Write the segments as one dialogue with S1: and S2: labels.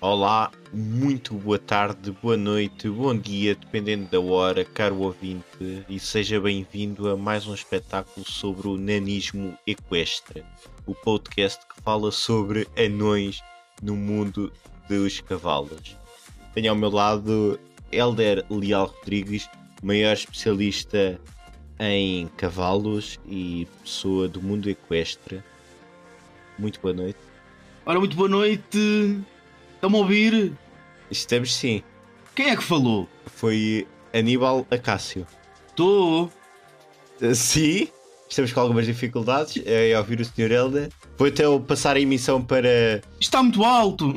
S1: Olá, muito boa tarde, boa noite, bom dia, dependendo da hora, caro ouvinte, e seja bem-vindo a mais um espetáculo sobre o nanismo equestre, o podcast que fala sobre anões no mundo dos cavalos. Tenho ao meu lado Elder Leal Rodrigues, maior especialista em cavalos e pessoa do mundo equestre. Muito boa noite.
S2: Ora, muito boa noite. Estão-me a ouvir?
S1: Estamos sim.
S2: Quem é que falou?
S1: Foi Aníbal Acácio.
S2: Estou.
S1: Uh, Sim, estamos com algumas dificuldades eh, em ouvir o Sr. Helder. Vou até eu passar a emissão para.
S2: Está muito alto.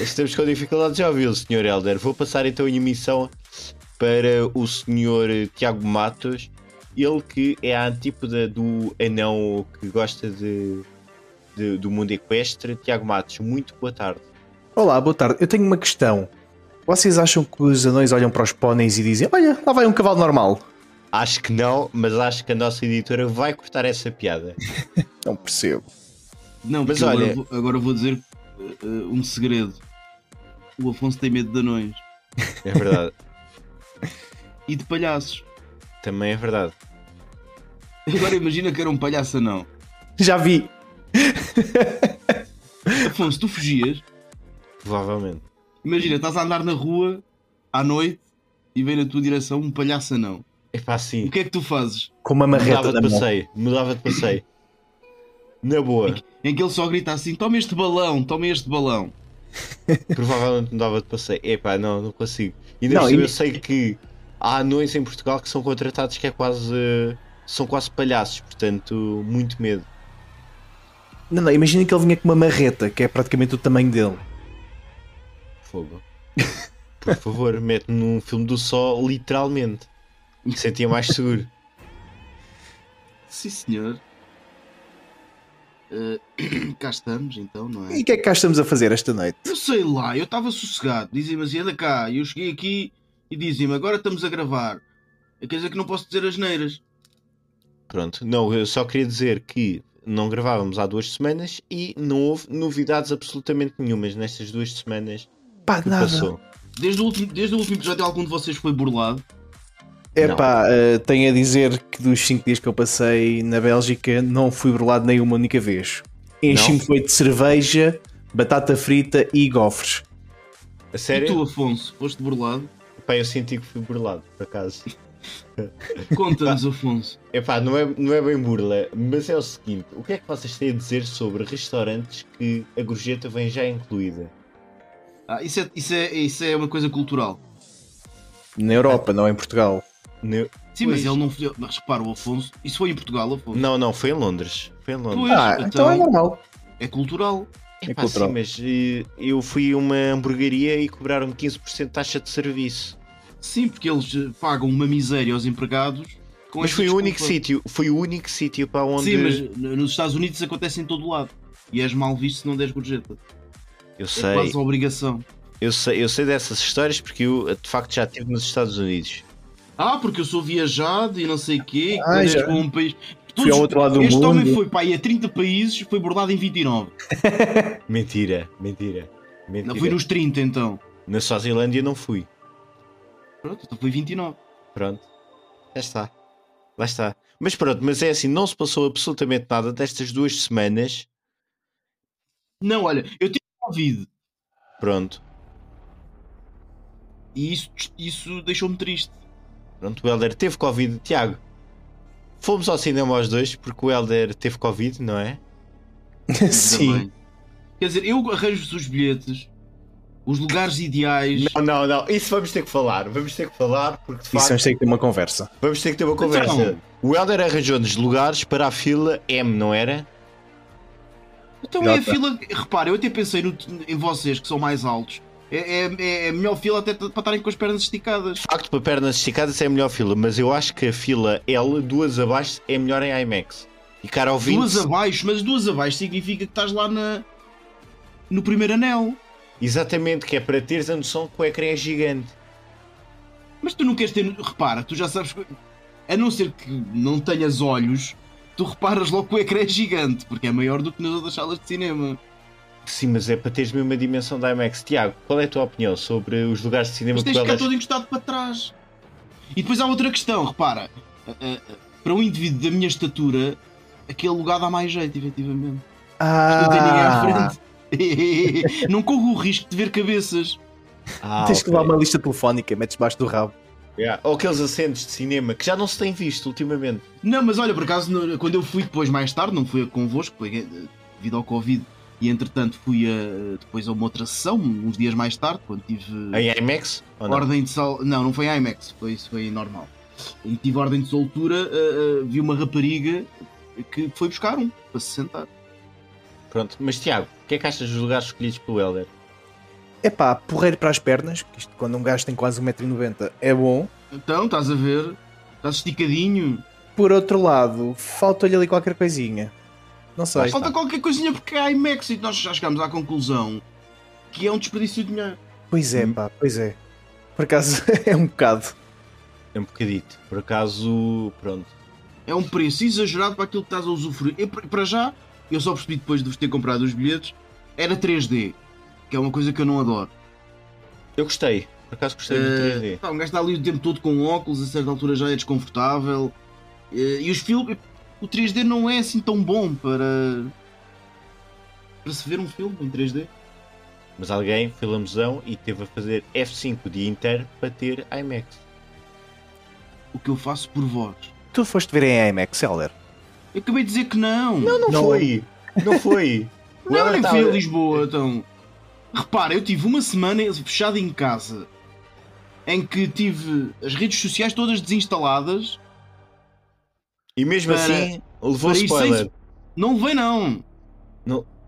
S1: Estamos com dificuldades de ouvi-lo, Sr. Helder. Vou passar então a emissão para o Sr. Tiago Matos, ele que é a antípoda do anão que gosta de, de- do mundo equestre. Tiago Matos, muito boa tarde.
S3: Olá, boa tarde. Eu tenho uma questão. Vocês acham que os anões olham para os póneis e dizem: Olha, lá vai um cavalo normal?
S1: Acho que não, mas acho que a nossa editora vai cortar essa piada.
S3: Não percebo.
S2: Não,
S1: Mas
S2: mas olha...
S1: olha-
S2: agora, vou, agora vou dizer uh, uh, um segredo. O Afonso tem medo de anões
S1: É verdade,
S2: e de palhaços.
S1: também é verdade.
S2: Agora imagina que era um palhaço anão.
S3: Já vi.
S2: Afonso, tu fugias.
S1: Provavelmente.
S2: Imagina, estás a andar na rua à noite e vem na tua direção um palhaço anão.
S1: Epá, sim.
S2: O que é que tu fazes?
S3: Com uma marreta
S1: Mudava
S3: da
S1: de
S3: mão.
S1: passeio, mudava de passeio. Na boa,
S2: Em que ele só grita assim: toma este balão, toma este balão.
S1: provavelmente mudava de passeio. Epá, não, não consigo. Ainda
S3: Não,
S1: por cima
S3: e-
S1: eu sei que há anões em Portugal que são contratados que é quase. eh, são quase palhaços, portanto, muito medo.
S3: Não, não, imagina que ele vinha com uma marreta, que é praticamente o tamanho dele.
S1: Fogo. Por favor, mete-me num filme do sol, literalmente. Me sentia mais seguro.
S2: Sim, senhor. Uh, cá estamos, então, não é?
S3: E o que é que cá estamos a fazer esta noite?
S2: Eu sei lá, eu estava sossegado. Dizem-me assim, anda cá. E eu cheguei aqui e dizem-me, agora estamos a gravar. Quer dizer que não posso dizer as neiras.
S1: Pronto, não, eu só queria dizer que não gravávamos há duas semanas e não houve novidades absolutamente nenhumas nestas duas semanas
S3: Pá,
S1: que
S3: nada.
S1: passou.
S2: Desde o, último, desde o último episódio, algum de vocês foi burlado.
S3: É pá, eh, tenho a dizer que dos 5 dias que eu passei na Bélgica, não fui burlado nem uma única vez. Enchi-me
S1: Não?
S3: foi de cerveja, batata frita e gofres.
S1: A
S2: E
S1: sério?
S2: tu, Afonso, foste burlado.
S1: Pá, eu senti que fui burlado, por acaso.
S2: Conta-nos, Afonso.
S1: Epá, não é, não é bem burla, mas é o seguinte: o que é que vocês têm a dizer sobre restaurantes que a gorjeta vem já incluída?
S2: Ah, isso, é, isso, é, isso é uma coisa cultural.
S3: Na Europa, não em Portugal.
S1: Ne-
S2: Sim,
S1: Pois.
S2: mas ele não... fez- Mas repara, o Afonso... Isso foi em Portugal, Afonso.
S1: Não, não, foi em Londres. Foi em Londres.
S2: Pois,
S3: ah, então é
S2: então-
S3: normal.
S2: É cultural.
S3: É
S1: Epá, sim,
S3: cultural.
S1: mas eh, eu fui a uma hamburgueria e cobraram 15% de taxa de serviço.
S2: Sim, porque eles eh, pagam uma miséria aos empregados. Com
S1: Mas
S2: esta
S1: foi o
S2: desculpa.
S1: único sítio, foi o único sítio para onde
S2: Sim, mas n- nos Estados Unidos isso acontece em todo lado. E és mal visto se não deres gorjeta.
S1: eu
S2: É
S1: sei,
S2: quase a obrigação.
S1: eu sei, eu sei dessas histórias porque eu de facto já estive nos Estados Unidos.
S2: Ah, porque eu sou viajado e não sei o quê. que
S3: Ah,
S2: quando és
S3: já.
S2: para um país.
S3: Fui ao outro lado do
S2: este
S3: mundo.
S2: homem foi para aí a 30 países, foi bordado em 29.
S1: Mentira, mentira, mentira.
S2: Não, foi nos 30 então.
S1: Na Suazilândia não fui.
S2: Pronto, então foi 29.
S1: Pronto. Já está. Lá está. Mas pronto, mas é assim, não se passou absolutamente nada destas duas semanas.
S2: Não, olha, eu tive Covid
S1: Pronto.
S2: e isso, isso deixou-me triste.
S1: Pronto, o Helder teve Covid. Tiago, fomos ao cinema aos dois porque o Helder teve Covid, não é?
S3: Sim.
S2: Também. Quer dizer, eu arranjo-vos os bilhetes, os lugares ideais.
S1: Não, não, não. Isso vamos ter que falar. Vamos ter que falar porque de
S3: Isso
S1: facto
S3: vamos ter que ter uma conversa.
S1: vamos ter que ter uma conversa.
S2: Então.
S1: O Helder arranjou-nos lugares para a fila M, não era?
S2: Então é a
S3: Nota.
S2: fila. Repara, eu até pensei no- em vocês que são mais altos. É, é- é a melhor fila até t- para estarem com as pernas esticadas.
S1: De facto, para pernas esticadas é a melhor fila, mas eu acho que a fila L, duas abaixo, é melhor em IMAX. E cara, ouvinte,
S2: Duas abaixo, mas duas abaixo significa que estás lá na. No primeiro anel.
S1: Exatamente, que é para teres a noção que o ecrã é gigante.
S2: Mas tu não queres ter. Repara, tu já sabes. que- A não ser que não tenhas olhos, tu reparas logo que o ecrã é gigante, porque é maior do que nas outras salas de cinema.
S1: Sim, mas é para teres mesmo a dimensão da IMAX. Tiago, qual é a tua opinião sobre os lugares de cinema
S2: Mas
S1: que
S2: tens de
S1: tu
S2: ficar
S1: andas?
S2: todo encostado para trás. E depois há outra questão, repara. a- a- a- Para um indivíduo da minha estatura, aquele lugar dá mais jeito, efetivamente.
S3: Ah,
S2: Não tem ninguém à frente. não corro o risco de ver cabeças.
S1: Ah,
S3: Tens que
S1: ok.
S3: levar uma lista telefónica, metes debaixo do rabo.
S1: Yeah. Ou aqueles assentos de cinema que já não se têm visto ultimamente.
S2: Não, mas olha, por acaso, no- quando eu fui depois, mais tarde, não fui a convosco, porque, eh, devido ao Covid, e entretanto fui a, depois a uma outra sessão, uns dias mais tarde, quando tive
S1: A IMAX? Ou não?
S2: ordem de sol. Não, não foi IMAX, foi, foi normal. E tive ordem de soltura, eh, eh, vi uma rapariga que foi buscar um para se sentar.
S1: Pronto. Mas Tiago, o que é que achas dos lugares escolhidos pelo Helder?
S3: É pá, porreiro para as pernas, que isto quando um gajo tem quase 1,90m é bom.
S2: Então, estás a ver? Estás esticadinho.
S3: Por outro lado, falta-lhe ali qualquer coisinha. Não sei.
S1: Mas
S2: Falta qualquer coisinha porque é IMAX e nós já chegámos à conclusão que é um desperdício de dinheiro.
S3: Pois é,
S1: Hum.
S3: pá, pois é. Por acaso é um bocado.
S1: É um bocadito. Por acaso, pronto.
S2: É um preço exagerado para aquilo que estás a usufruir. E para para já, eu só percebi depois de vos ter comprado os bilhetes, era 3D, que é uma coisa que eu não adoro.
S1: Eu gostei. Por acaso gostei do
S2: Eh,
S1: 3D.
S2: pá, um gajo está ali o tempo todo com óculos, a certa altura já é desconfortável. Eh, e os filmes. O 3D não é assim tão bom para. para se ver um filme em 3D.
S1: Mas alguém foi lamuzão e teve a fazer F5 de Inter para ter IMAX.
S2: O que eu faço por vós.
S3: Tu foste ver em IMAX, Helder?
S2: Eu acabei de dizer que não!
S1: não,
S3: Não.
S1: foi! Não foi! O
S2: Não, é
S1: Helder
S2: nem
S1: tá-
S2: fui a Lisboa, então. Repara, eu tive uma semana fechada em casa em que tive as redes sociais todas desinstaladas.
S1: E mesmo
S2: Para-
S1: assim, levou
S2: para isso,
S1: spoiler.
S2: Não levei, não!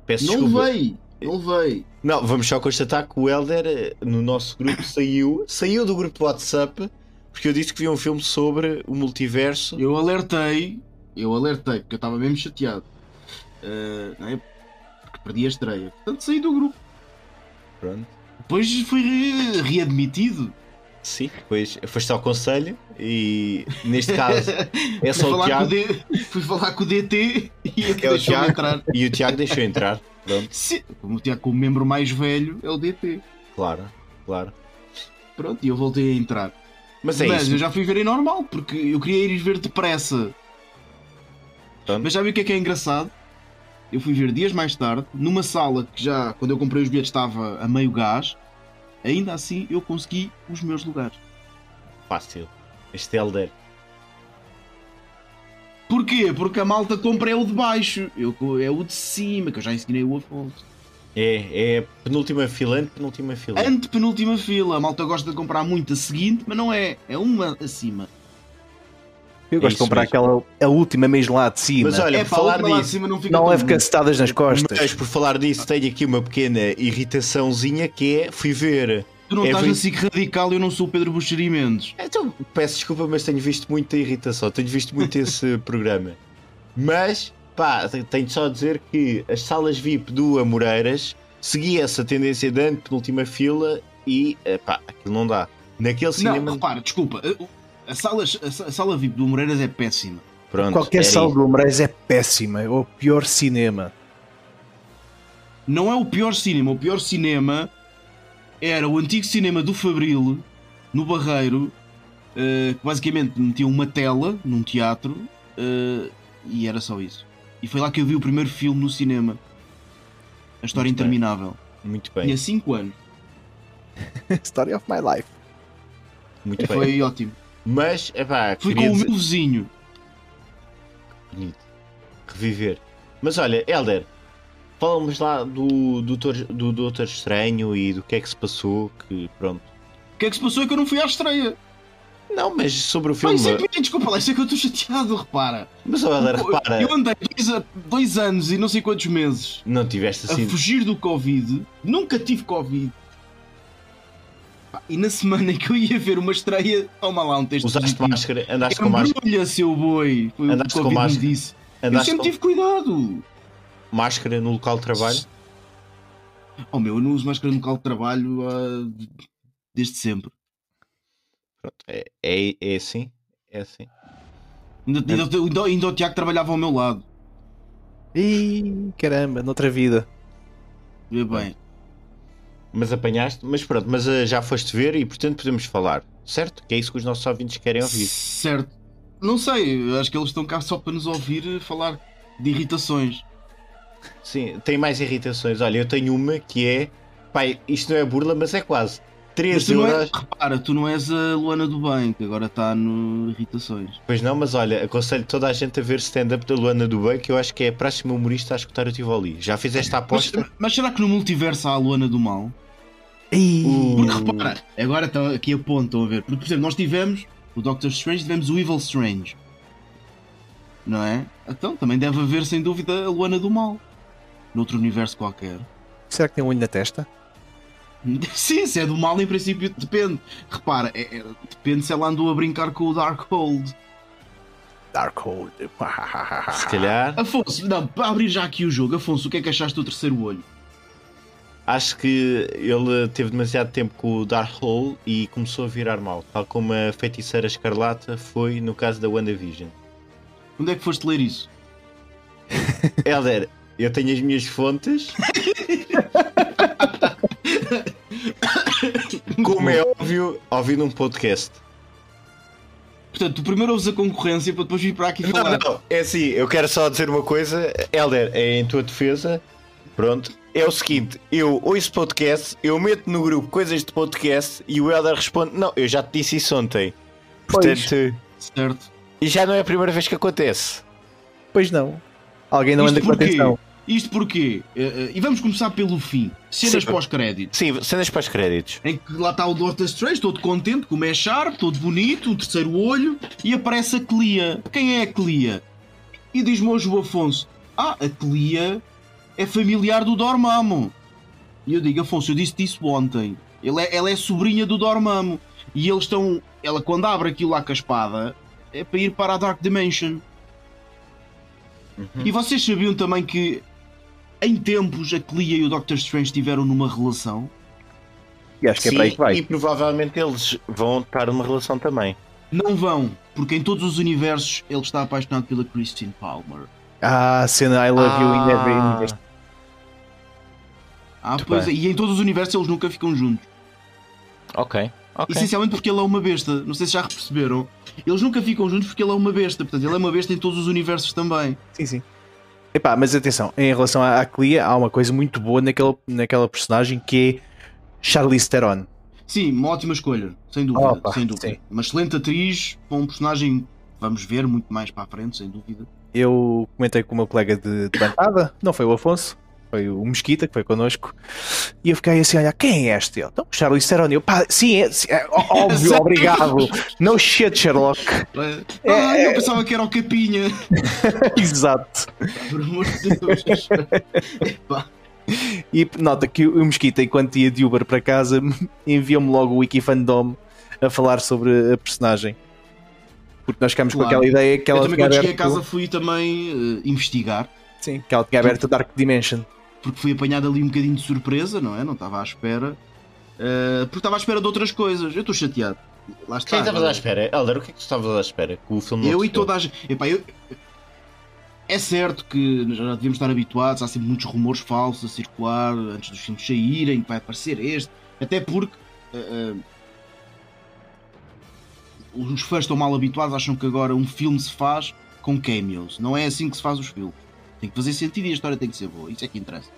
S1: Peço
S2: Não
S1: desculpa.
S2: levei! Não levei!
S1: Não, vamos só constatar que o Helder eh, no nosso grupo saiu, saiu do grupo de WhatsApp porque eu disse que vi um filme sobre o multiverso.
S2: Eu alertei, eu alertei, porque eu estava mesmo chateado. Ah, não é? Porque perdi a estreia. Portanto, saí do grupo.
S1: Pronto.
S2: Depois fui re- readmitido.
S1: Sim, pois foste ao conselho e neste caso é
S2: fui,
S1: só o
S2: falar com
S1: Tiago
S2: o D- fui falar com o DT e ele
S1: É o
S2: deixou-me
S1: Tiago.
S2: entrar.
S1: e o Tiago deixou entrar. Pronto,
S2: Sim, como o Tiago, como membro mais velho, é o DT.
S1: claro, claro.
S2: Pronto, e eu voltei a entrar.
S1: Mas é
S2: mas
S1: isso.
S2: eu já fui ver em normal, porque eu queria ir ver depressa.
S1: Pronto.
S2: Mas já vi o que é que é engraçado? Eu fui ver dias mais tarde, numa sala que já, quando eu comprei os bilhetes, estava a meio gás. Ainda assim, eu consegui os meus lugares.
S1: Fácil. Este Helder.
S2: Porquê? Porque a malta compra é o de baixo, eu, co- é o de cima, que eu já ensinei o Afonso.
S1: É, é penúltima fila, antepenúltima fila.
S2: Antepenúltima fila, a malta gosta de comprar muito a seguinte, mas não é, é uma acima.
S3: Eu gosto de
S1: isso
S3: comprar
S1: mesmo.
S3: aquela a última mesmo lá de cima.
S1: Mas olha,
S2: é
S1: por
S2: pá, a
S1: falar é
S2: última lá de
S1: disso,
S2: cima não fica
S3: não
S2: tão
S3: leve
S2: bonito.
S3: cacetadas nas costas.
S1: mas por falar disso, tenho aqui uma pequena irritaçãozinha que é fui ver.
S2: Tu não
S1: é
S2: estás
S1: bem-
S2: na SIC radical, eu não sou o Pedro Buxeri Mendes.
S1: Então, peço desculpa, mas tenho visto muita irritação, tenho visto muito esse programa. Mas, pá, te- tenho só a dizer que as salas VIP do Amoreiras segui essa tendência de antepenúltima fila e, eh, pá, aquilo não dá. Naquele cinema.
S2: Não, repara, desculpa. eh, a- A sala, a sa- a sala VIP do Moreiras é péssima.
S1: Pronto,
S3: Qualquer
S1: era
S3: sala
S1: isso.
S3: do Moraes é péssima. É o pior cinema.
S2: Não é o pior cinema. O pior cinema era o antigo cinema do Fabril, no Barreiro, eh, que basicamente metia uma tela num teatro eh, e era só isso. E foi lá que eu vi o primeiro filme no cinema. A História
S1: Muito bem.
S2: Interminável.
S1: Muito bem,
S2: Tinha 5 anos.
S3: Story of my life.
S1: muito bem.
S2: Foi ótimo.
S1: Mas, é pá,
S2: Fui
S1: queria
S2: com o
S1: dizer-
S2: meu vizinho.
S1: bonito. Reviver. Mas olha, Helder, falamos lá do Doutor, do Doutor Estranho e do que é que se passou, que pronto.
S2: O que é que se passou é que eu não fui à estreia.
S1: Não, mas sobre o
S2: Pá,
S1: filme.
S2: isso é que, desculpa lá, isso é que eu estou chateado, repara.
S1: Mas ó, Helder,
S2: Eu-
S1: repara,
S2: Eu andei dois, a- dois anos e não sei quantos meses
S1: não tiveste assim.
S2: a fugir do Covid. Nunca tive Covid. Pá, E na semana em que eu ia ver uma estreia, toma lá um texto.
S1: Usaste
S2: positivo.
S1: máscara, andaste com máscara,
S2: Embrulha, seu boi. Foi
S1: Andaste
S2: o
S1: com
S2: que o Covid me
S1: máscara.
S2: disse. eu
S1: andaste
S2: sempre
S1: com
S2: tive cuidado.
S1: máscara no local de trabalho.
S2: Oh meu, eu não uso máscara no local de trabalho ah, desde sempre.
S1: Pronto, é, é, é assim. É assim.
S2: Ainda,
S1: É.
S2: ainda, ainda- ainda o Tiago trabalhava ao meu lado.
S3: Ih, caramba, noutra vida.
S2: Vê bem.
S1: Mas apanhaste, mas pronto, mas ah, já foste ver e portanto podemos falar, certo? Que é isso que os nossos ouvintes querem ouvir.
S2: Certo. Não sei, acho que eles estão cá só para nos ouvir falar de irritações.
S1: Sim, tem mais irritações. Olha, eu tenho uma que é. Pai, isto não é burla, mas é quase. 3
S2: Mas tu não é
S1: euros.
S2: és, repara, tu não és a Luana do Bem, que agora está no Irritações.
S1: Pois não, mas olha, aconselho toda a gente a ver stand-up da Luana do Bem, que eu acho que é a próxima humorista a escutar o Tivoli. Já fiz esta
S2: Mas,
S1: aposta?
S2: mas será que no multiverso há a Luana do Mal?
S3: Ih,
S1: O-
S2: Porque repara, agora estão aqui a ponto, estão a ver. Porque, por exemplo, nós tivemos o Doctor Strange, tivemos o Evil Strange. Não é? Então também deve haver, sem dúvida, a Luana do Mal. Noutro universo qualquer.
S3: será que tem um olho na testa?
S2: Sim, se é do mal, em princípio, depende. Repara, é- é- depende se ela andou a brincar com o Darkhold.
S3: Darkhold.
S1: Se calhar.
S2: Afonso, não, para abrir já aqui o jogo, Afonso, o que é que achaste do terceiro olho?
S1: Acho que ele teve demasiado tempo com o Darkhold e começou a virar mal, tal como a feiticeira escarlata foi no caso da WandaVision.
S2: Onde é que foste ler isso?
S1: Helder, eu tenho as minhas fontes. como é óbvio, ouvi num podcast.
S2: Portanto, tu primeiro ouves a concorrência para depois vir para aqui
S1: Não,
S2: falar.
S1: não, é assim, eu quero só dizer uma coisa, Helder, é em tua defesa, pronto, é o seguinte, eu ouço podcast, eu meto no grupo coisas de podcast e o Helder responde, não, eu já te disse isso ontem,
S3: Pois.
S1: portanto,
S2: Certo.
S1: e já não é a primeira vez que acontece.
S3: Pois não. Alguém não
S2: Isto
S3: anda com
S2: porquê?
S3: atenção.
S2: Isto porquê? Eh, eh, E vamos começar pelo fim. Cenas
S1: Sim.
S2: pós-crédito.
S1: Sim, cenas para os créditos.
S2: Em que lá está o Doctor Strange, todo contente, como é Sharp, todo bonito, o terceiro olho, e aparece a Clia. Quem é a Clia? E diz-me hoje o Afonso: Ah, a Clia é familiar do Dormammu. E eu digo: Afonso, eu disse isso ontem. Ele é- ela é sobrinha do Dormammu. E eles estão. Ela, quando abre aquilo lá com a espada, é para ir para a Dark Dimension. E vocês sabiam também que em tempos a Clea e o Doctor Strange estiveram numa relação?
S3: E acho que é para aí que vai.
S1: e provavelmente eles vão estar numa relação também.
S2: Não vão, porque em todos os universos ele está apaixonado pela Christine Palmer.
S3: Ah, cena I love you in every
S1: Ah.
S3: universe.
S2: Ah,
S1: Muito
S2: pois é,
S1: bem.
S2: e em todos os universos eles nunca ficam juntos.
S1: Ok, ok.
S2: Essencialmente porque ele é uma besta. Não sei se já perceberam. Eles nunca ficam juntos porque ele é uma besta. Portanto, ele é uma besta em todos os universos também.
S3: Sim, sim. Epá, mas atenção, em relação à, à Clea, há uma coisa muito boa naquela, naquela personagem que é Charlize Theron.
S2: Sim, uma ótima escolha. Sem dúvida.
S3: Opa,
S2: sem dúvida.
S3: sim.
S2: Uma excelente atriz para um personagem. Vamos ver muito mais para a frente, sem dúvida.
S3: Eu comentei com o meu colega de, de bancada, não foi o Afonso, foi o Mesquita que foi connosco, e eu fiquei assim: olha, quem é este? Ele, Então, Charlize Theron. E Eu, pá, sim, é, sim, é ó- óbvio, obrigado. É, No shit, Sherlock.
S2: Ah, eu pensava que era o Capinha.
S3: Exato.
S2: Por amor de Deus. Epá.
S3: E nota que o Mesquita, enquanto ia de Uber para casa, enviou-me logo o Wikifandom a falar sobre a personagem. Porque nós ficámos com
S2: Claro.
S3: aquela ideia que
S2: Eu
S3: ela
S2: também quando cheguei a
S3: aberta-
S2: casa fui também eh, investigar,
S3: Sim, que ela tinha aberto a Dark Dimension.
S2: porque fui apanhado ali um bocadinho de surpresa, não é? Não estava à espera. Eh, porque estava à espera de outras coisas. Eu estou chateado. Lá
S1: O que é que
S2: está.
S1: estavas
S2: não é?
S1: à espera? Helder, o que é que tu estavas à espera? Que o filme não
S2: Eu
S1: te
S2: e toda a gente. Epá, eu- É certo que já devíamos estar habituados, há sempre muitos rumores falsos a circular antes dos filmes saírem, que vai aparecer este. Até porque. eh, eh, os fãs estão mal habituados, acham que agora um filme se faz com cameos. Não é assim que se faz os filmes. Tem que fazer sentido e a história tem que ser boa. Isso é que interessa.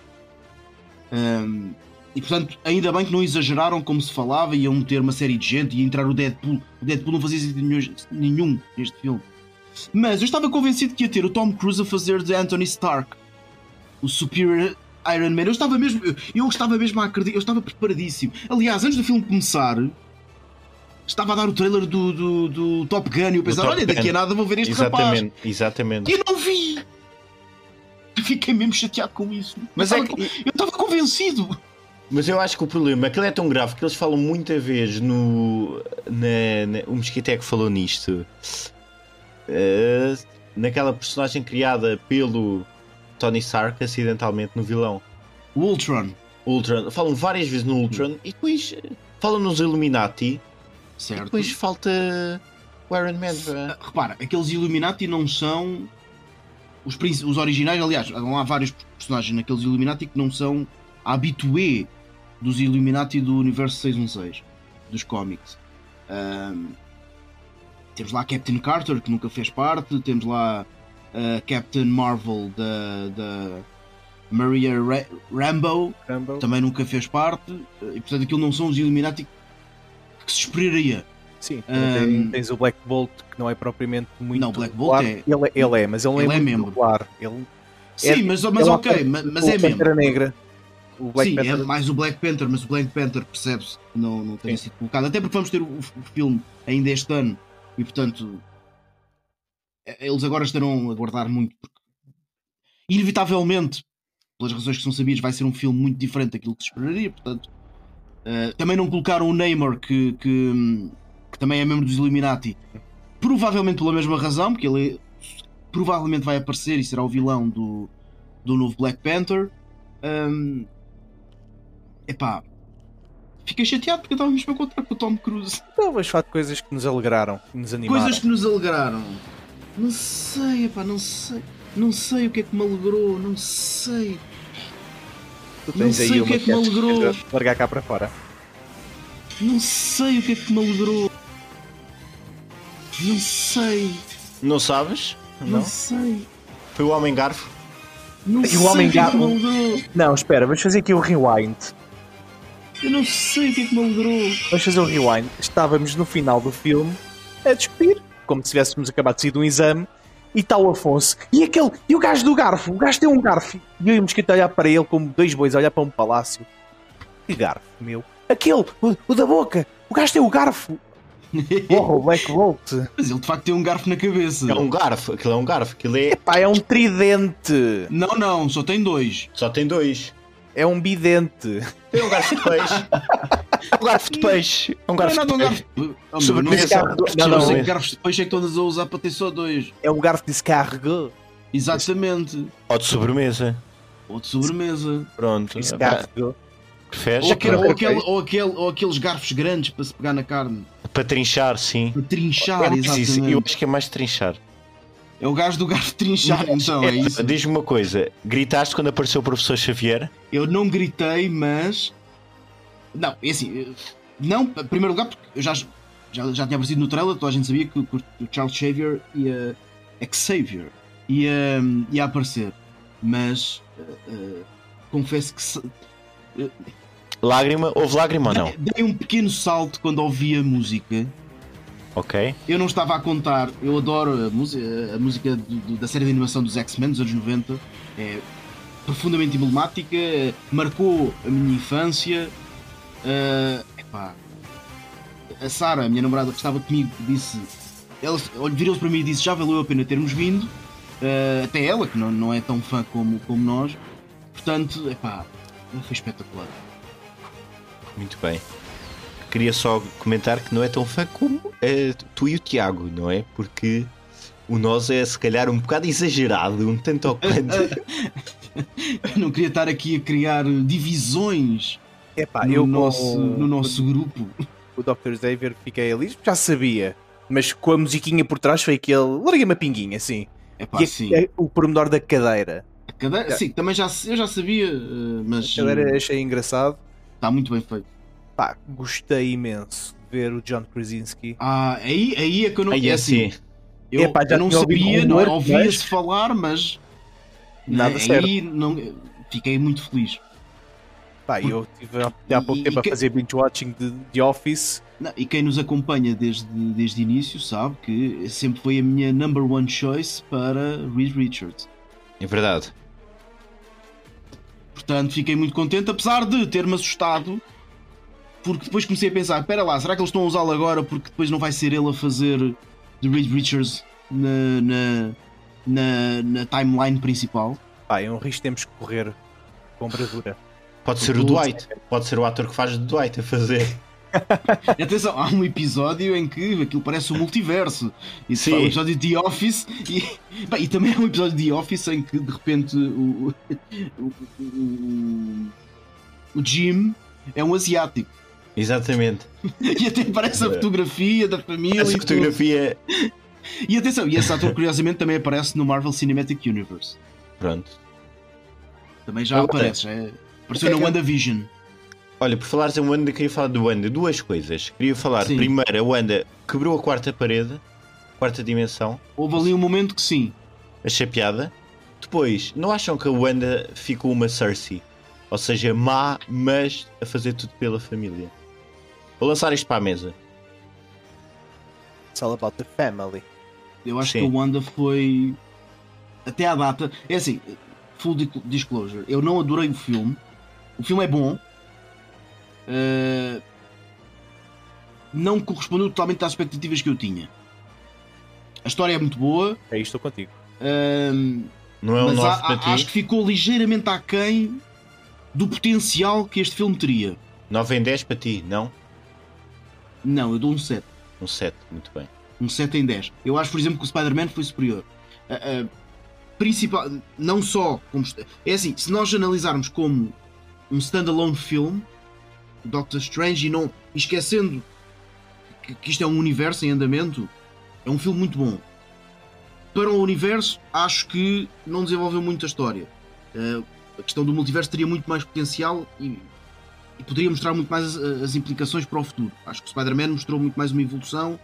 S2: Ahm, e portanto, ainda bem que não exageraram como se falava, iam ter uma série de gente, ia entrar o Deadpool. O Deadpool não fazia sentido nenhum- nenhum neste filme. Mas eu estava convencido que ia ter o Tom Cruise a fazer de Anthony Stark, o Superior Iron Man. Eu estava mesmo, eu, eu estava mesmo a acreditar, eu estava preparadíssimo. Aliás, antes do filme começar, estava a dar o trailer do, do, do Top Gun e eu pensava,
S1: Top
S2: olha, daqui a
S1: Gun.
S2: nada vou ver este rapaz.
S1: Exatamente, exatamente.
S2: E eu não vi! Fiquei mesmo chateado com isso.
S1: Mas
S2: eu
S1: é
S2: estava
S1: que
S2: co- eu estava convencido.
S1: Mas eu acho que o problema, aquilo é tão grave que eles falam muita vez no. Na, na- o Mosquito é que falou nisto. Eh, naquela personagem criada pelo Tony Stark acidentalmente no vilão.
S2: O Ultron.
S1: Ultron. Falam várias vezes no Ultron e depois eh, falam nos Illuminati E
S2: certo?
S1: depois falta o Iron Man. é? vá.
S2: Repara, aqueles Illuminati não são os, princ- os originais, aliás, não há vários personagens naqueles Illuminati que não são habitué dos Illuminati do universo 616, dos cómics. Ahm, temos lá Captain Carter, que nunca fez parte, temos lá ah, Captain Marvel da, da Maria Ra- Rambo,
S3: Rambo.
S2: também nunca fez parte, e portanto aquilo não são os Illuminati que se esperaria.
S3: Sim, também
S2: Ahm.
S3: tem- Ah, tens o Black Bolt que não é propriamente muito.
S2: Não, Black Bolt
S3: claro.
S2: é-
S3: Ele, ele é, mas ele, não
S2: Ele é
S3: é, muito
S2: membro.
S3: Claro. Ele,
S2: Sim, mas, mas
S3: ele
S2: ok,
S3: oferece
S2: ma- mas,
S3: o
S2: é mesmo.
S3: Pantera Negra. O Black
S2: Sim,
S3: Panther
S2: é mais o Black Panther, mas o Black Panther percebe-se que não, não tenha sido colocado. Até porque vamos ter o, o filme ainda este ano e, portanto, eh, eles agora estarão a guardar muito. Porque, inevitavelmente, pelas razões que são sabidas, vai ser um filme muito diferente daquilo que se esperaria. Portanto, eh, também não colocaram o Neymar, que, que, hum, que também é membro dos Illuminati, provavelmente pela mesma razão, porque ele provavelmente vai aparecer e será o vilão do, do novo Black Panther. Hum, Epá, fiquei chateado porque eu estava mesmo a contar com o Tom Cruise.
S3: Talvez fato Então, coisas que nos alegraram, que nos animaram.
S2: Coisas que nos alegraram. Não sei, epá, não sei. Não sei o que é que me alegrou, não sei.
S3: Tu
S2: Não sei o que é que me alegrou,
S3: queres largar cá para fora.
S2: não sei o que é que me alegrou. Não sei,
S1: Não sabes?
S2: não,
S1: Não?
S2: sei.
S1: Foi o Homem Garfo?
S2: Não
S3: E o
S2: sei
S3: Homem
S2: o que é que
S3: Gato?
S2: me alegrou.
S3: Não, espera, vamos fazer aqui o rewind.
S2: Eu não sei o que é que me alegrou.
S3: Vamos fazer o rewind. Estávamos no final do filme a discutir, como se tivéssemos acabado de sair de um exame, e está o Afonso. E aquele, e o gajo do garfo, o gajo tem um garfo. E eu e o Mosquito a olhar para ele como dois bois, a olhar para um palácio. Que garfo, meu? Aquele, o, o da boca, o gajo tem o garfo. Porra, o Black Bolt.
S2: Mas ele de facto tem um garfo na cabeça.
S1: É um garfo, aquilo é um garfo, aquilo é.
S3: Pá, é um tridente,
S2: Não, não, só tem dois.
S1: Só tem dois.
S3: é um bidente.
S1: É um garfo de peixe. É um garfo de peixe. É um
S2: Não é
S1: garfo é de
S2: nada um
S1: peixe.
S2: garfo. Oh, meu, não
S1: Sobremesa.
S2: sei-
S3: Não,
S2: não
S3: não,
S2: sei
S1: Sobremesa.
S2: que garfos de peixe é que todas a usar para ter só dois.
S3: É um garfo descarregou.
S2: Exatamente.
S1: Ou de sobremesa.
S2: Ou de sobremesa.
S1: Pronto. Pá,
S3: Descarregou.
S1: Preferes?
S2: Ou,
S3: Já
S2: aquele,
S3: que-
S2: ou, aquele, ou, aquele, ou aqueles garfos grandes para se pegar na carne.
S1: Para trinchar, sim.
S2: Para
S1: É
S2: trinchar,
S1: mais isso,
S2: Ah, exatamente.
S1: Eu acho que é mais trinchar.
S2: É o gajo do garfo de trinchar, então, é isso.
S1: Diz-me uma coisa: gritaste quando apareceu o professor Xavier?
S2: Eu não gritei, mas. Não, é assim. eu- Não, em primeiro lugar, porque eu já, já, já tinha aparecido no trailer, toda a gente sabia que, o- que o Charles Xavier ia. é Xavier ia, ia aparecer. Mas. eh, eh, confesso que. se-
S1: Lágrima? Houve lágrima ou não?
S2: Dei um pequeno salto quando ouvi a música.
S1: Ok.
S2: Eu não estava a contar, eu adoro a música, a música do- do- da série de animação dos X-Men dos anos 90, é profundamente emblemática, eh, marcou a minha infância. eh, epá. a Sara, a minha namorada que estava comigo, disse: ela olha, virou-se para mim e disse: Já valeu a pena termos vindo. eh, até ela, que não, não é tão fã como, como nós, portanto, epá, foi espetacular.
S1: Muito bem. Queria só comentar que não é tão fã como eh, tu e o Tiago, não é? Porque o nós é se calhar um bocado exagerado, um tanto
S2: É,
S1: ao quanto.
S2: Não queria estar aqui a criar divisões
S3: Epá,
S2: no,
S3: eu
S2: nosso,
S3: com-
S2: no nosso grupo.
S3: o Dr. Xavier fiquei ali, já sabia. Mas com a musiquinha por trás foi aquele. Larguei-me a pinguinha, assim.
S2: É
S3: e
S2: pá,
S3: a-
S2: sim.
S3: é o pormenor da cadeira.
S2: A cadeira- Sim, também já, eu já sabia, eh, mas
S3: A cadeira achei engraçado.
S2: está muito bem feito.
S3: Pá, gostei imenso de ver o John Krasinski.
S2: Ah, aí, aí é que eu não
S1: Aí
S2: é
S1: assim,
S2: Eu,
S3: Epá, já
S2: eu não
S3: tinha ouvido
S2: sabia, não era-
S3: rumores,
S2: ouvia-se falar, mas
S3: Nada
S2: né,
S3: certo.
S2: aí não, fiquei muito feliz.
S3: Pá, eu estive há há pouco
S2: E-
S3: tempo
S2: e que-
S3: a fazer binge watching de, de Office.
S2: Não, e quem nos acompanha desde, desde o início sabe que sempre foi a minha number one choice para Reed Richards.
S1: é verdade.
S2: Portanto, fiquei muito contente, apesar de ter-me assustado, porque depois comecei a pensar: espera lá, será que eles estão a usá-lo agora? Porque depois não vai ser ele a fazer The Reed Richards na, na, na, na timeline principal.
S3: Pá, é um risco que temos que correr com bravura.
S1: Pode ser o Dwight, pode ser o ator que faz de Dwight a fazer.
S2: Atenção, há um episódio em que aquilo parece um multiverso. Isso
S1: Sim.
S2: é um episódio de The Office e, bem, e também há um episódio de The Office em que de repente o, o, o, o- o Jim é um asiático.
S1: Exatamente.
S2: E até aparece a
S1: É.
S2: fotografia da família.
S1: Essa
S2: e tudo.
S1: fotografia.
S2: E atenção, e esse ator curiosamente também aparece no Marvel Cinematic Universe.
S1: Pronto.
S2: Também já
S1: Agora-
S2: aparece, já é- apareceu na
S1: Ok.
S2: WandaVision.
S1: Olha, por falares em Wanda, queria falar do Wanda. Duas coisas. Queria falar,
S2: Sim.
S1: primeiro, a Wanda quebrou a quarta parede, quarta dimensão.
S2: Houve ali um momento que sim.
S1: achei piada. Depois, não acham que a Wanda ficou uma Cersei? Ou seja, má, mas a fazer tudo pela família. Vou lançar isto para a mesa.
S3: It's all about the family.
S2: Eu acho
S1: Sim.
S2: que a Wanda foi. Até à data. É assim, full di- disclosure. Eu não adorei o filme. O filme é bom. Uh, Não correspondeu totalmente às expectativas que eu tinha. A história é muito boa.
S3: É isto, estou contigo.
S2: um,
S1: Não é um
S2: mas
S1: novo
S2: a- a-
S1: para ti?
S2: acho que ficou ligeiramente aquém do potencial que este filme teria.
S1: 9 em 10 para ti? Não?
S2: Não, eu dou um 7.
S1: Um 7, muito bem.
S2: Um 7 em 10. Eu acho, por exemplo, que o Spider-Man foi superior. A- a principal, não só como. est- É assim, se nós analisarmos como um standalone filme, o Doctor Strange, e não e esquecendo que, que isto é um universo em andamento, é um filme muito bom. Para o universo, acho que não desenvolveu muito a história. Eh, a questão do multiverso teria muito mais potencial e, e poderia mostrar muito mais as, as implicações para o futuro. Acho que o Spider-Man mostrou muito mais uma evolução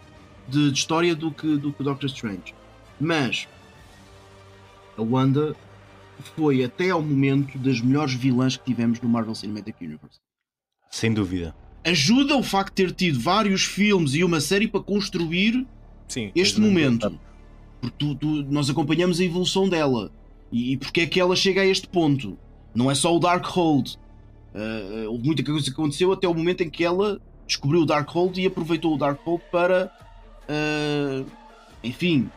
S2: de, de história do que, do que o Doctor Strange. Mas a Wanda foi até ao momento das melhores vilãs que tivemos no Marvel Cinematic Universe.
S1: Sem dúvida.
S2: Ajuda o facto de ter tido vários filmes e uma série para construir
S3: Sim. um
S2: este momento. Porque tu- tu- nós acompanhamos a evolução dela. E, e porque é que ela chega a este ponto. Não é só o Darkhold. Ah, ah, houve muita coisa que aconteceu até o momento em que ela descobriu o Darkhold e aproveitou o Darkhold para. ah, enfim.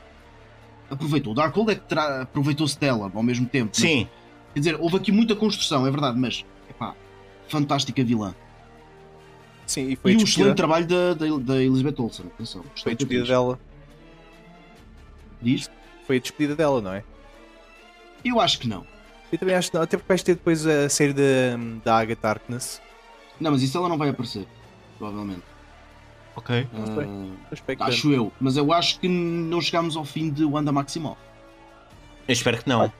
S2: Aproveitou. O Darkhold é que terá- aproveitou-se dela ao mesmo tempo. mas-
S1: Sim,
S2: Quer dizer, houve aqui muita construção, é verdade, mas. Epá, fantástica vilã.
S3: Sim, e foi
S2: E
S3: a
S2: um
S3: despedida,
S2: excelente trabalho da, da, da Elizabeth Olsen. Atenção. é
S3: foi a despedida dela.
S2: Diz?
S3: Foi a despedida dela, não é?
S2: Eu acho que não.
S3: Eu também acho que não, até porque vais ter depois a série da, da Agatha Harkness.
S2: Não, mas isso ela não vai aparecer. Provavelmente.
S1: ok.
S3: Não
S2: Ah,
S3: sei. Estou expectante.
S2: acho eu. Mas eu acho que não chegámos ao fim de Wanda Maximoff.
S1: Eu espero que não.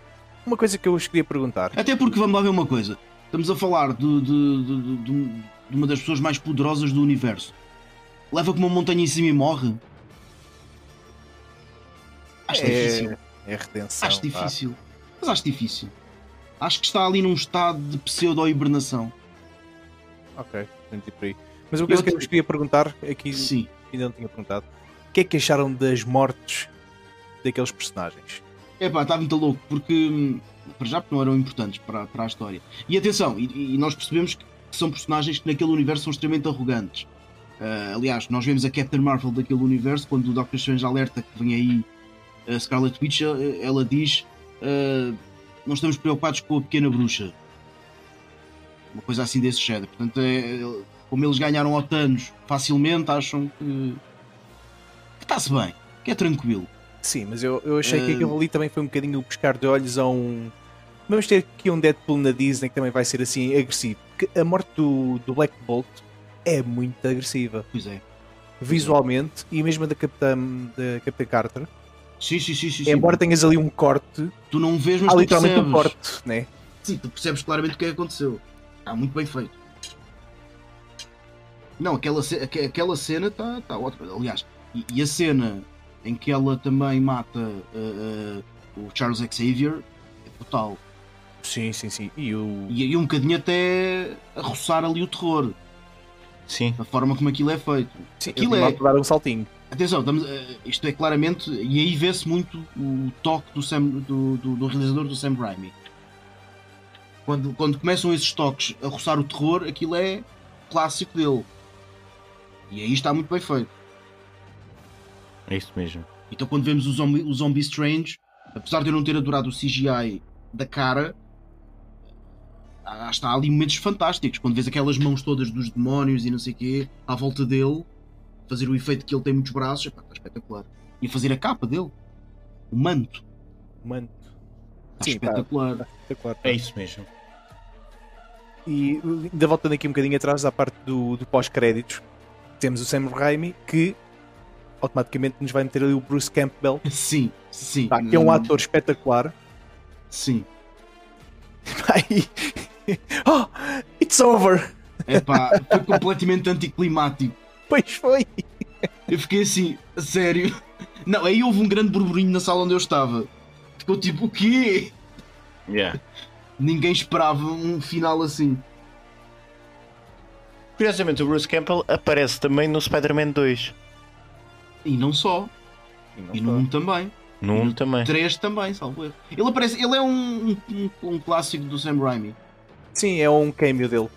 S3: Uma coisa que eu vos queria perguntar.
S2: Até porque vamos lá ver uma coisa. Estamos a falar de, de- de- de- de uma das pessoas mais poderosas do universo. Leva como uma montanha em cima e morre. Acho
S3: é,
S2: difícil.
S3: é redenção.
S2: Acho
S3: pá.
S2: difícil. Mas acho difícil. Acho que está ali num estado de pseudo-hibernação.
S3: Ok, entendi por aí. Mas uma coisa
S2: Eu
S3: que eu
S2: te-
S3: vos queria perguntar, aqui
S2: Sim.
S3: ainda não tinha perguntado. O que é que acharam das mortes daqueles personagens?
S2: Epá, está muito louco, porque hum, para já porque não eram importantes para, para a história. E atenção, e, e nós percebemos que são personagens que naquele universo são extremamente arrogantes. Ah, aliás, nós vemos a Captain Marvel daquele universo, quando o Doctor Strange alerta que vem aí a Scarlet Witch, ela, ela diz ah, nós estamos preocupados com a pequena bruxa. Uma coisa assim desse género. Portanto, é- é- como eles ganharam ao Thanos facilmente, acham que que está-se bem, que é tranquilo.
S3: Sim, mas eu, eu achei que
S2: Hum.
S3: aquilo ali também foi um bocadinho buscar de olhos a um. Vamos ter aqui um Deadpool na Disney que também vai ser assim agressivo. Porque a morte do, do Black Bolt é muito agressiva.
S2: Pois é.
S3: Visualmente, e mesmo a da Capitã, da Capitã Carter.
S2: Sim, sim, sim, sim. sim.
S3: Embora tenhas ali um corte,
S2: Tu não vês, mas
S3: há
S2: tu
S3: literalmente um
S2: percebes.
S3: corte, né?
S2: Sim, tu percebes claramente o que é que aconteceu. Está muito bem feito. Não, aquela, ce- aque- aquela cena está tá ótima. Aliás, e, e a cena em que ela também mata uh, uh, o Charles Xavier é brutal.
S3: Sim, sim, sim. E o.
S2: E, e um bocadinho até a roçar ali o terror,
S1: Sim.
S2: a forma como aquilo é feito.
S3: Sim,
S2: aquilo
S3: eles
S2: é-
S3: vão dar um saltinho.
S2: Atenção, estamos, eh, isto é claramente, e aí vê-se muito o toque do, Sam- do- do- do realizador do Sam Raimi. Quando, quando começam esses toques a roçar o terror, aquilo é clássico dele. E aí está muito bem feito.
S1: É isso mesmo.
S2: Então quando vemos o Zombie, o zombie Strange, apesar de eu não ter adorado o CGI da cara, há- está ali momentos fantásticos. Quando vês aquelas mãos todas dos demónios e não sei o quê, à volta dele, fazer o efeito que ele tem muitos braços, epá, está espetacular. E fazer a capa dele, o manto,
S3: Mano,
S2: está
S3: Sim, tá. pá.
S2: espetacular.
S3: é claro.
S1: É isso mesmo.
S3: E ainda voltando aqui um bocadinho atrás à parte do, do pós-créditos, temos o Sam Raimi que automaticamente nos vai meter ali o Bruce Campbell,
S2: Sim, sim. Hum,
S3: pá, que é um ator espetacular.
S2: Sim.
S3: Pá, e- Oh, it's over!
S2: Epá, foi completamente anticlimático.
S3: Pois foi!
S2: Eu fiquei assim, a sério. Não, aí houve um grande burburinho na sala onde eu estava. Ficou tipo, o quê?
S1: Yeah.
S2: Ninguém esperava um final assim.
S4: Curiosamente, o Bruce Campbell aparece também no Spider-Man 2.
S2: E não só. E no 1 também.
S4: No 1 também.
S2: 3 também, salvo erro. Ele aparece, ele é um, um, um clássico do Sam Raimi.
S3: Sim, é um cameo dele.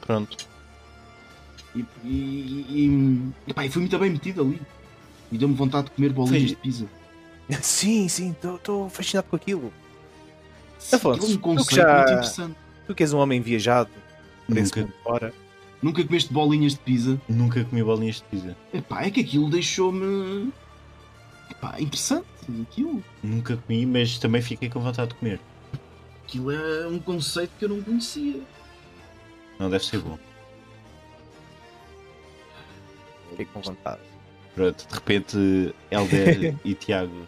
S4: Pronto.
S2: E, e, e- e, pá, e foi muito bem metido ali. E deu-me vontade de comer bolinhas
S1: Sim.
S2: de pizza.
S3: Sim, sim, estou fascinado com aquilo.
S2: Aquilo
S3: Afonso,
S2: é um
S3: tu que
S2: conceito
S3: já-
S2: muito interessante.
S3: Tu que és um homem viajado, por esse
S1: Nunca,
S3: mundo fora.
S2: Nunca comeste bolinhas de pizza?
S1: nunca comi bolinhas de pizza.
S2: Epá, é que aquilo deixou-me. Epá, interessante. Aquilo.
S1: Nunca comi, mas também fiquei com vontade de comer.
S2: aquilo é um conceito que eu não conhecia.
S1: Não deve ser bom.
S3: Fiquei com vontade.
S1: Pronto, de repente, Helder e Tiago.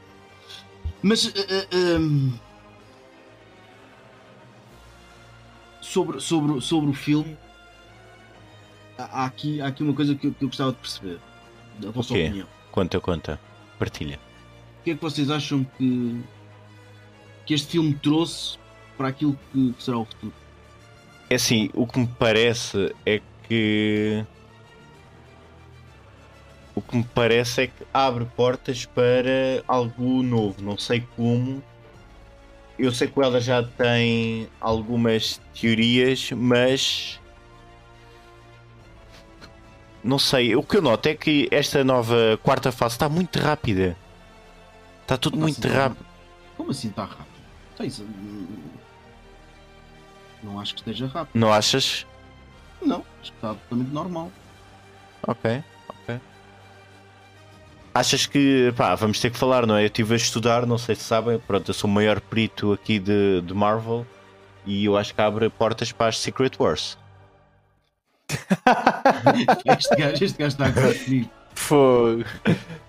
S2: Mas. eh, eh, ehm, Sobre, sobre, sobre o filme, há há aqui, há aqui uma coisa que eu, que eu gostava de perceber. Da vossa
S1: O quê?
S2: opinião.
S1: Conta, conta. Partilha.
S2: O que é que vocês acham que, que este filme trouxe para aquilo que, que será o futuro?
S1: É assim, o que me parece é que. O que me parece é que abre portas para algo novo, não sei como. Eu sei que o Elder já tem algumas teorias, mas. Não sei, o que eu noto é que esta nova quarta fase está muito rápida. Está tudo muito
S2: Assim,
S1: rápido.
S2: Como assim está rápido? Então isso, hum, Não acho que esteja rápido.
S4: Não achas?
S2: Não, acho que está absolutamente normal.
S4: Ok, ok.
S1: Achas que, pá, vamos ter que falar, não é? Eu estive a estudar, não sei se sabem, pronto, eu sou o maior perito aqui de, de Marvel e eu acho que abre portas para as Secret Wars.
S2: Este gajo, este gajo está a gozar comigo.
S3: Fogo!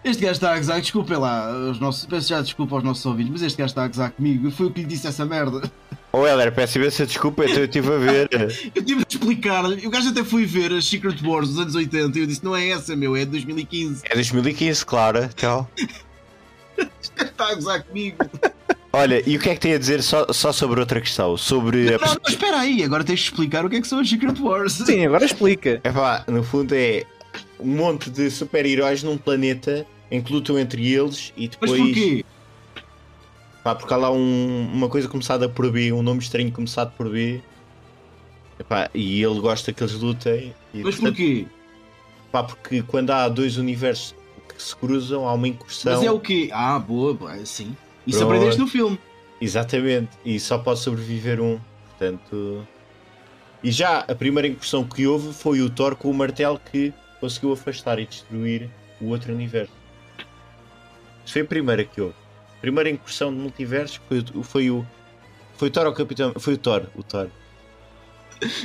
S2: Este gajo está a gozar, desculpem lá, os nossos, peço já desculpa aos nossos ouvintes, mas este gajo está a gozar comigo. Foi o que lhe disse essa merda.
S4: Oh, Heller, peço imensa desculpa, então eu estive a ver.
S2: Eu tive de explicar-lhe. O gajo até foi ver as Secret Wars dos anos 80 e eu disse: não é essa, meu, é de 2015.
S4: É 2015, claro. Então.
S2: Este gajo está a gozar comigo.
S4: Olha, e o que é que tem a dizer só, só sobre outra questão?
S1: É.
S4: Sobre a
S2: Não, não, espera aí, agora tens de explicar o que é que são as Secret Wars.
S3: Sim, agora explica.
S1: É pá, no fundo é um monte de super-heróis num planeta em que lutam entre eles e
S2: Mas
S1: depois.
S2: porquê?
S1: Pá, porque há lá um- uma coisa começada por B, um nome estranho começado por B. Epá, e ele gosta que eles lutem. E,
S2: Mas
S1: portanto,
S2: porquê?
S1: pá, porque quando há dois universos que se cruzam, há uma incursão.
S2: Mas é o quê? Ah, boa, boa, sim. Isso
S1: então- Pronto.
S2: aprendeste no filme.
S1: Exatamente, e só pode sobreviver um, portanto. E já a primeira incursão que houve foi o Thor com o martelo que conseguiu afastar e destruir o outro universo. Isso foi a primeira que houve. A primeira incursão de multiversos foi, o- foi o. Foi o Thor ao Capitão. Foi o Thor, o Thor.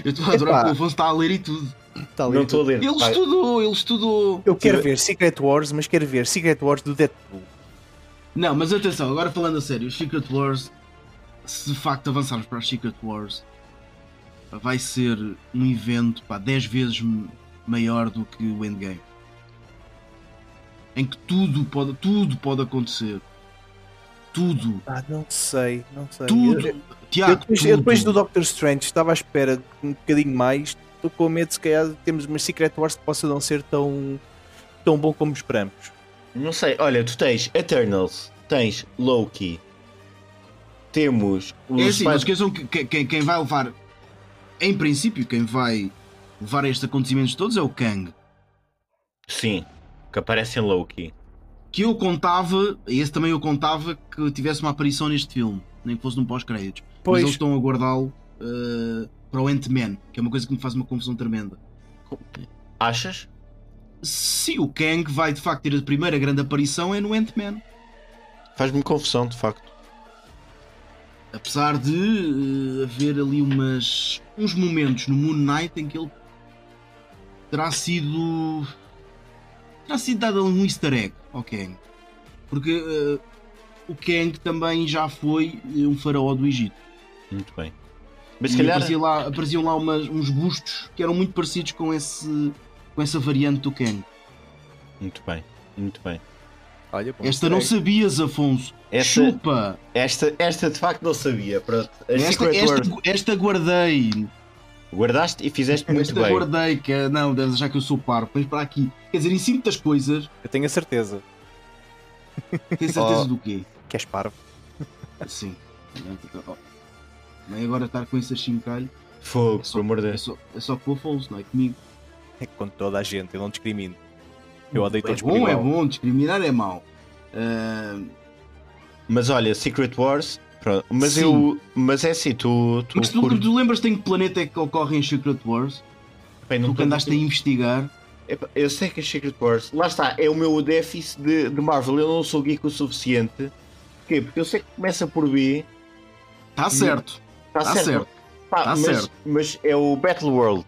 S2: Eu estou a adorar
S3: Epá.
S2: que o Afonso está a ler e tudo.
S3: Tá ali.
S1: Não estou a ler.
S2: Ele
S1: pá,
S2: estudou, ele estudou.
S3: Eu quero
S1: Sim.
S3: ver Secret Wars, mas quero ver Secret Wars do Deadpool.
S2: Não, mas atenção, agora falando a sério, os Secret Wars, se de facto avançarmos para os Secret Wars, vai ser um evento pá, 10 vezes m- maior do que o Endgame. Em que tudo pode, tudo pode acontecer. Tudo.
S3: Ah, não sei, não sei.
S2: Tudo.
S3: Eu- Eu,
S2: Tiago,
S3: depois,
S2: Tá, tudo.
S3: eu depois do Doctor Strange estava à espera de um bocadinho mais. Estou com medo, se calhar, temos uma Secret Wars que possa não ser tão, tão bom como esperamos.
S1: Não sei, olha, tu tens Eternals, tens Loki, temos o
S2: É assim, não
S1: Spider-
S2: se esqueçam que que- quem, quem vai levar, em princípio, quem vai levar estes acontecimentos todos é o Kang.
S1: Sim, que aparece em Loki.
S2: Que eu contava, e esse também eu contava, que tivesse uma aparição neste filme, nem que fosse num pós-créditos. Mas eles
S3: Pois,
S2: estão a guardá-lo eh, para o Ant-Man, que é uma coisa que me faz uma confusão tremenda.
S1: Achas?
S2: Se o Kang vai de facto ter a primeira grande aparição é no Ant-Man.
S1: Faz-me confusão, de facto.
S2: Apesar de eh, haver ali umas, uns momentos no Moon Knight em que ele terá sido. terá sido dado ali um easter egg ao Kang. Porque eh, o Kang também já foi eh, um faraó do Egito.
S1: Muito bem. Mas
S2: E
S1: se calhar.
S2: aparecia lá- apareciam lá umas- uns bustos que eram muito parecidos com, esse, com essa variante do Kang.
S1: Muito bem, muito bem.
S3: Olha, bom,
S2: Esta não
S3: sei.
S2: sabias, Afonso.
S1: Esta,
S2: Chupa!
S1: esta, esta de facto não sabia. Pronto. A é
S2: Esta,
S1: Secret
S2: esta,
S1: Word.
S2: esta guardei.
S1: Guardaste e fizeste muito
S2: esta
S1: bem.
S2: guardei, que é, não, deves achar que eu sou parvo. Mas para aqui, quer dizer, em cima das coisas,
S3: Eu tenho a certeza
S2: tens certeza
S4: Oh.
S2: do quê?
S3: que és parvo.
S2: Sim. Não é agora estar com esse chincalho.
S1: Fogo,
S2: É só-
S1: por amor de
S2: É
S1: Deus.
S2: só, é só com o Afonso, não é comigo.
S3: É com toda a gente, eu não discrimino. Eu odeio
S2: É
S3: todos por
S2: bom, é
S3: igual.
S2: bom, discriminar é mau. Ah,
S1: Mas olha, Secret Wars. Pronto. Mas
S2: Sim.
S1: eu. Mas é assim, tu. tu,
S2: mas tu,
S1: por-
S2: tu lembras-te em que planeta é que ocorre em Secret Wars?
S1: bem, não
S2: Tu que
S1: tô-
S2: andaste a investigar.
S1: Epá, Eu sei que é Secret Wars. Lá está, é o meu déficit de, de Marvel. Eu não sou geek o suficiente. Porquê? Porque eu sei que começa por B.
S2: Está Tá certo,
S1: Está
S2: está
S1: certo.
S2: certo.
S1: Pá,
S2: tá
S1: mas,
S2: certo.
S1: mas é o Battle World.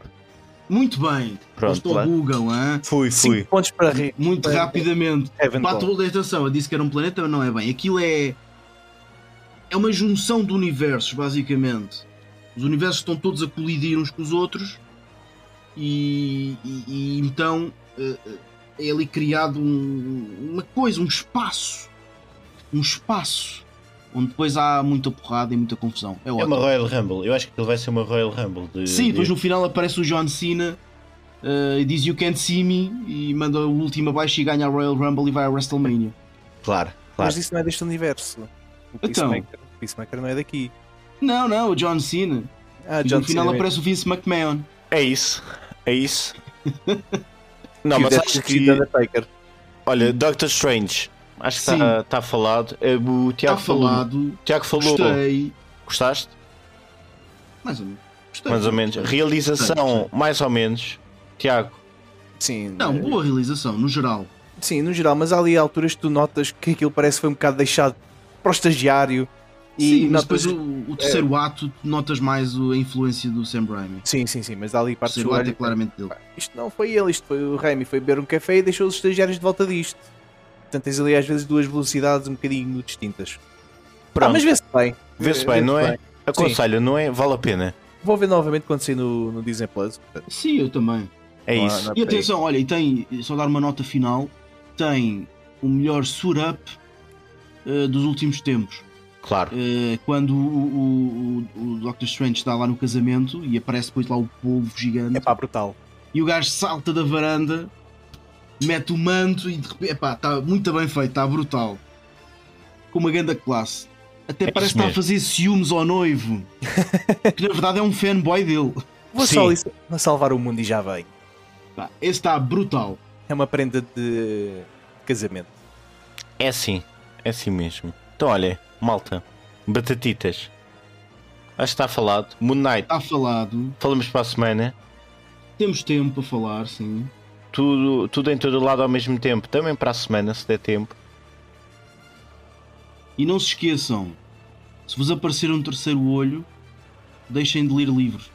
S2: Muito bem.
S1: Pronto,
S2: Gostou
S1: lá.
S2: Google, hã?
S1: Fui, fui.
S3: Cinco pontos para Re-
S2: Muito rapidamente.
S3: Heaven Gone.
S2: Battle da atenção, eu disse que era um planeta, mas não é bem. Aquilo é. É uma junção de universos, basicamente. Os universos estão todos a colidir uns com os outros e, e- e então eh, eh, é ali criado um- uma coisa, um espaço. Um espaço onde depois há muita porrada e muita confusão. É
S1: É
S2: ótimo.
S1: uma Royal Rumble. Eu acho que ele vai ser uma Royal Rumble. De,
S2: Sim, depois
S1: de...
S2: no final aparece o John Cena eh, e diz You Can't See Me e manda o último abaixo e ganha a Royal Rumble e vai à WrestleMania.
S1: Claro, claro.
S3: Mas isso não é deste universo. O
S2: Então.
S3: Peacemaker, o Peacemaker não é daqui.
S2: Não, não, o John Cena.
S3: Ah,
S2: e
S3: John
S2: no final
S3: Cena.
S2: aparece o Vince McMahon.
S4: É isso. É isso. Não,
S3: E o
S4: mas
S3: Death
S4: acho
S3: Machine
S4: que.
S3: Undertaker.
S4: Olha, Doctor Strange. Acho que
S2: Sim.
S4: está tá falado. Eh, O
S2: Está
S1: Tá
S4: Tiago falou.
S2: falado,
S4: Tiago falou.
S2: gostei.
S4: Gostaste?
S2: Mais ou menos. Gostei.
S4: Mais ou menos. Realização, mais ou menos. Tiago.
S3: Sim, né?
S2: Não, boa realização, no geral.
S3: Sim, no geral, mas há ali alturas que tu notas que aquilo parece que foi um bocado deixado para o estagiário. E
S2: Sim, mas
S3: notas...
S2: depois o, o
S4: é.
S2: terceiro ato notas mais o- a influência do Sam Raimi.
S3: Sim, sim, sim, mas há ali
S2: O
S3: partes
S2: terceiro
S3: do
S2: ato é
S3: olho.
S2: claramente dele.
S3: Isto não foi ele, isto foi o Raimi, foi beber um café e deixou os estagiários de volta disto. Portanto, tens ali às vezes duas velocidades um bocadinho distintas. Ah,
S4: Pronto.
S3: mas Eh, vê-se bem.
S4: Vê-se bem, não é? Aconselho, não é? Vale a pena.
S3: Vou ver novamente quando sair no, no Disney Plus. portanto,
S2: Sim, eu também.
S4: É
S3: não há-
S4: isso.
S3: não há
S2: E
S3: perigo.
S2: atenção, olha, e tem, só dar uma nota final, tem o melhor sur-up eh, dos últimos tempos.
S4: Claro.
S2: Eh, quando o, o, o, o Doctor Strange está lá no casamento e aparece depois lá o polvo gigante
S3: É pá, brutal.
S2: e o gajo salta da varanda, mete o manto e de repente, epá, está muito bem feito, está brutal. Com uma grande classe. Até
S4: É
S2: parece
S4: isso
S2: que está a
S4: mesmo.
S2: fazer ciúmes ao noivo, que na verdade é um fanboy dele.
S3: Vou
S4: Sim.
S3: só ali sa- salvar o mundo e já vem.
S2: Pá, Esse está brutal.
S3: É uma prenda de casamento.
S4: É assim. É assim mesmo. Então, olha, malta. Batatitas. Acho que está falado. Moon Knight.
S2: Está Tá falado,
S4: Falamos para a semana.
S2: temos tempo para falar, sim.
S4: Tudo, tudo em todo lado ao mesmo tempo. Também para a semana, se der tempo.
S2: E não se esqueçam, se vos aparecer um terceiro olho, deixem de ler livros.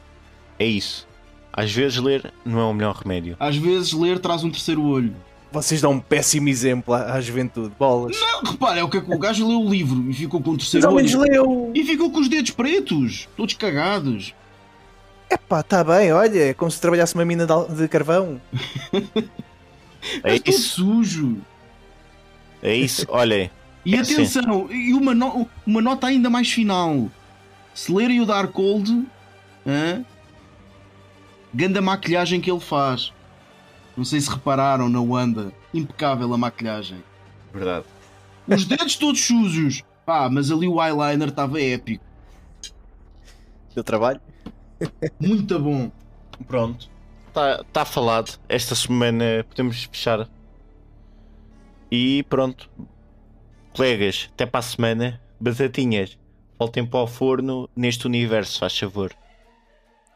S4: É isso. Às vezes ler não é o melhor remédio.
S2: Às vezes ler traz um terceiro olho.
S3: Vocês dão um péssimo exemplo à, à juventude. Bolas.
S2: Não, repara, é o que é que o gajo leu o livro e ficou com o
S3: Mas
S2: terceiro
S3: ao menos
S2: olho.
S3: leu.
S2: E ficou com os dedos pretos, todos cagados.
S3: Epá, tá bem, olha, é como se trabalhasse uma mina de al- de carvão.
S4: É
S2: Mas todo
S4: isso.
S2: sujo.
S4: É isso. Olhem.
S2: E
S4: É,
S2: atenção, e uma, no- uma nota ainda mais final. Se lerem o Darkhold, hã? ganda maquilhagem que ele faz. Não sei se repararam na Wanda. Impecável a maquilhagem.
S1: Verdade.
S2: Os dedos todos sujos. Pá, mas ali o eyeliner estava épico.
S3: Deu trabalho.
S2: Muito bom.
S1: Pronto.
S4: Está tá falado. Esta semana podemos fechar. E pronto. Colegas, até para a semana. Batatinhas, voltem para o forno neste universo, faz favor.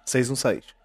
S3: 616.